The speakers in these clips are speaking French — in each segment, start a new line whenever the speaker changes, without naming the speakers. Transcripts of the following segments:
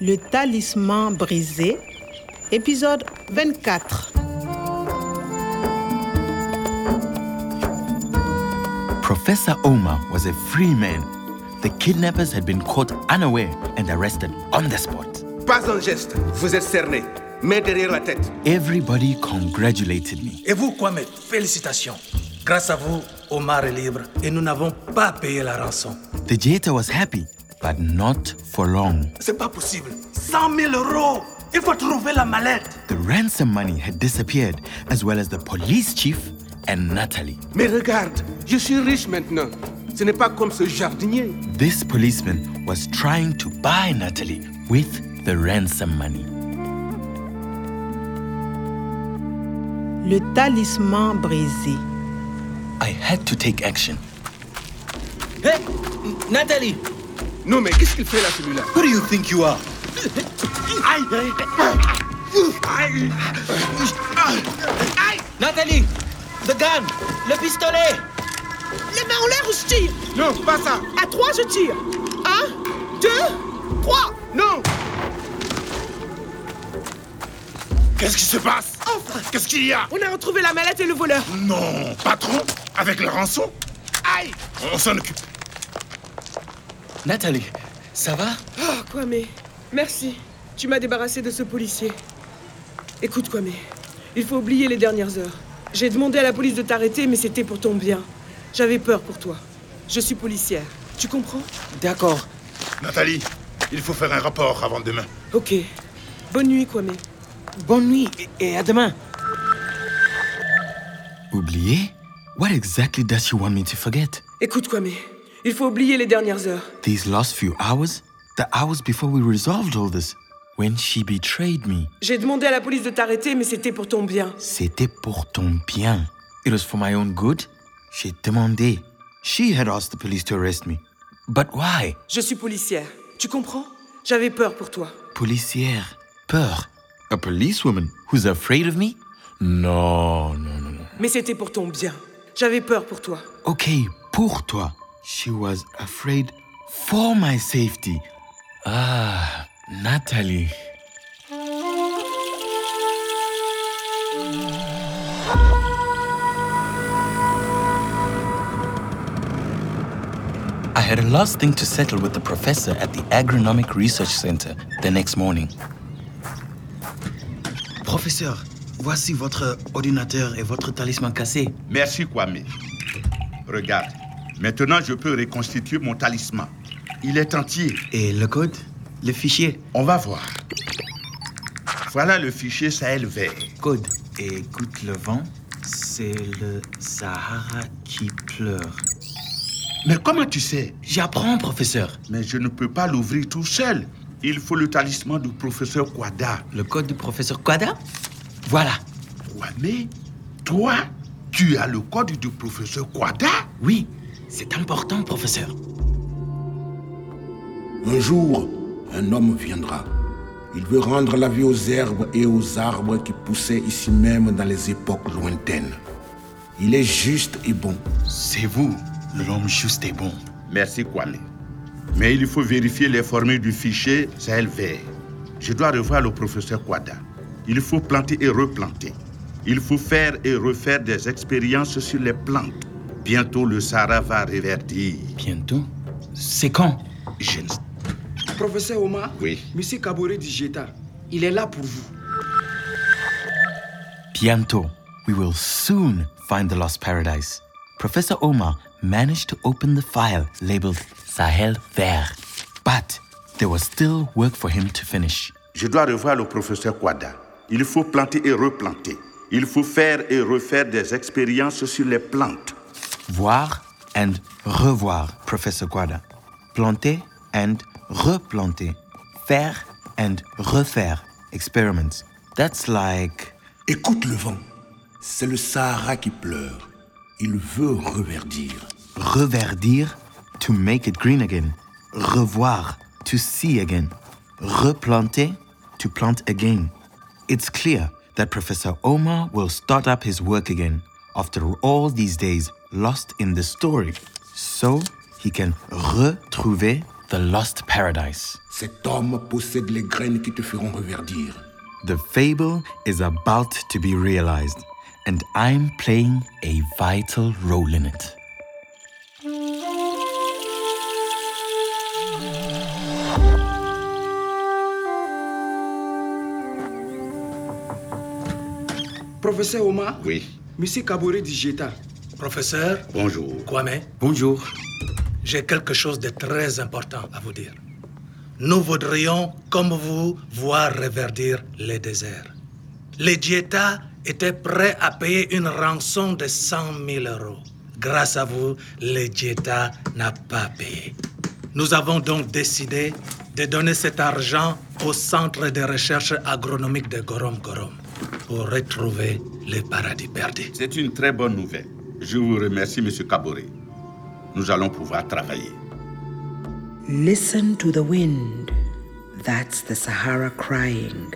Le talisman brisé, épisode 24.
Professor Omar was a free man. The kidnappers had been caught unaware and arrested on the spot.
Pas un geste, vous êtes cerné, mais derrière la tête.
Everybody congratulated me.
Et vous, Kwame, félicitations. Grâce à vous, Omar est libre et nous n'avons pas payé la rançon.
The jailer was happy, but not for long.
C'est pas possible. 100 000 euros Il faut trouver la mallette
The ransom money had disappeared, as well as the police chief and Natalie.
Mais regarde, je suis riche maintenant. Ce n'est pas comme ce jardinier.
This policeman was trying to buy Natalie with the ransom money.
Le talisman brisé.
I had to take action.
Hé Nathalie
Non, mais qu'est-ce qu'il fait là, celui-là
Who do you think you are Nathalie The gun Le pistolet
Les mains en l'air ou je tire
Non, pas ça
À trois, je tire. Un, deux, trois.
Non
Qu'est-ce qui se passe
Enfin,
Qu'est-ce qu'il y a
on a retrouvé la mallette et le voleur.
Non, patron Avec la rançon Aïe On s'en occupe.
Nathalie, ça va
Oh, Kwame, merci. Tu m'as débarrassé de ce policier. Écoute, Kwame, il faut oublier les dernières heures. J'ai demandé à la police de t'arrêter, mais c'était pour ton bien. J'avais peur pour toi. Je suis policière. Tu comprends
D'accord.
Nathalie, il faut faire un rapport avant demain.
Ok. Bonne nuit, Kwame.
Bonne nuit et et à demain.
Oublié? What exactly does she want me to forget?
Écoute, Kwame, il faut oublier les dernières heures.
These last few hours? The hours before we resolved all this? When she betrayed me?
J'ai demandé à la police de t'arrêter, mais c'était pour ton bien.
C'était pour ton bien. It was for my own good. J'ai demandé. She had asked the police to arrest me. But why?
Je suis policière. Tu comprends J'avais peur pour toi.
Policière. Peur. A policewoman who's afraid of me? No, no, no, no.
Mais c'était pour ton bien. J'avais peur pour toi.
Okay, pour toi. She was afraid for my safety. Ah, Natalie. I had a last thing to settle with the professor at the Agronomic Research Center the next morning.
Professeur, voici votre ordinateur et votre talisman cassé.
Merci, Kwame. Regarde, maintenant je peux reconstituer mon talisman. Il est entier.
Et le code Le fichier
On va voir. Voilà le fichier Sahel vert.
Code. Écoute le vent, c'est le Sahara qui pleure.
Mais comment tu sais
J'apprends, professeur.
Mais je ne peux pas l'ouvrir tout seul. Il faut le talisman du professeur Kwada.
Le code du professeur Quada Voilà.
Kwame, toi, tu as le code du professeur Kwada
Oui, c'est important, professeur.
Un jour, un homme viendra. Il veut rendre la vie aux herbes et aux arbres qui poussaient ici même dans les époques lointaines. Il est juste et bon.
C'est vous, l'homme juste et bon.
Merci, Kwame. Mais il faut vérifier les formules du fichier Sahel vert. Je dois revoir le professeur Kwada. Il faut planter et replanter. Il faut faire et refaire des expériences sur les plantes. Bientôt, le Sahara va reverdir.
Bientôt C'est quand
Je ne-
Professeur Omar,
Oui.
Monsieur Kabore Digeta, il est là pour vous.
Bientôt, we will soon find the lost paradise. Professor Omar managed to open the file labeled Sahel Vert, but there was still work for him to finish.
Je dois revoir le professeur Kwada. Il faut planter et replanter. Il faut faire et refaire des expériences sur les plantes.
Voir and revoir Professor Guada. Planter and replanter. Faire and refaire experiments. That's like
Écoute le vent. C'est le Sahara qui pleure. Il veut reverdir.
reverdir to make it green again. Revoir to see again. Replanter to plant again. It's clear that Professor Omar will start up his work again after all these days lost in the story. So he can retrouver The Lost Paradise.
Cet homme possède les graines qui te feront reverdir.
The fable is about to be realized, and I'm playing a vital role in it.
Professeur Omar
Oui,
Monsieur Kabore Digeta.
Professeur
bonjour.
Kwame,
Bonjour.
j'ai quelque chose de très important à vous dire. Nous voudrions, comme vous, voir reverdir les déserts. Les Dieta étaient prêts à payer une rançon de 100 000 euros. Grâce à vous, les Dieta n'a pas payé. Nous avons donc décidé de donner cet argent au Centre de recherche agronomique de Gorom Gorom pour retrouver le paradis perdu.
C'est une très bonne nouvelle. Je vous remercie, Monsieur Kabore. Nous allons pouvoir travailler.
Listen to the wind. That's the Sahara crying.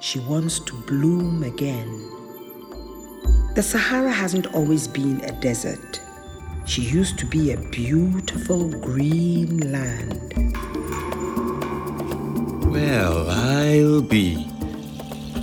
She wants to bloom again. The Sahara hasn't always been a desert. She used to be a beautiful green land.
Well, I'll be.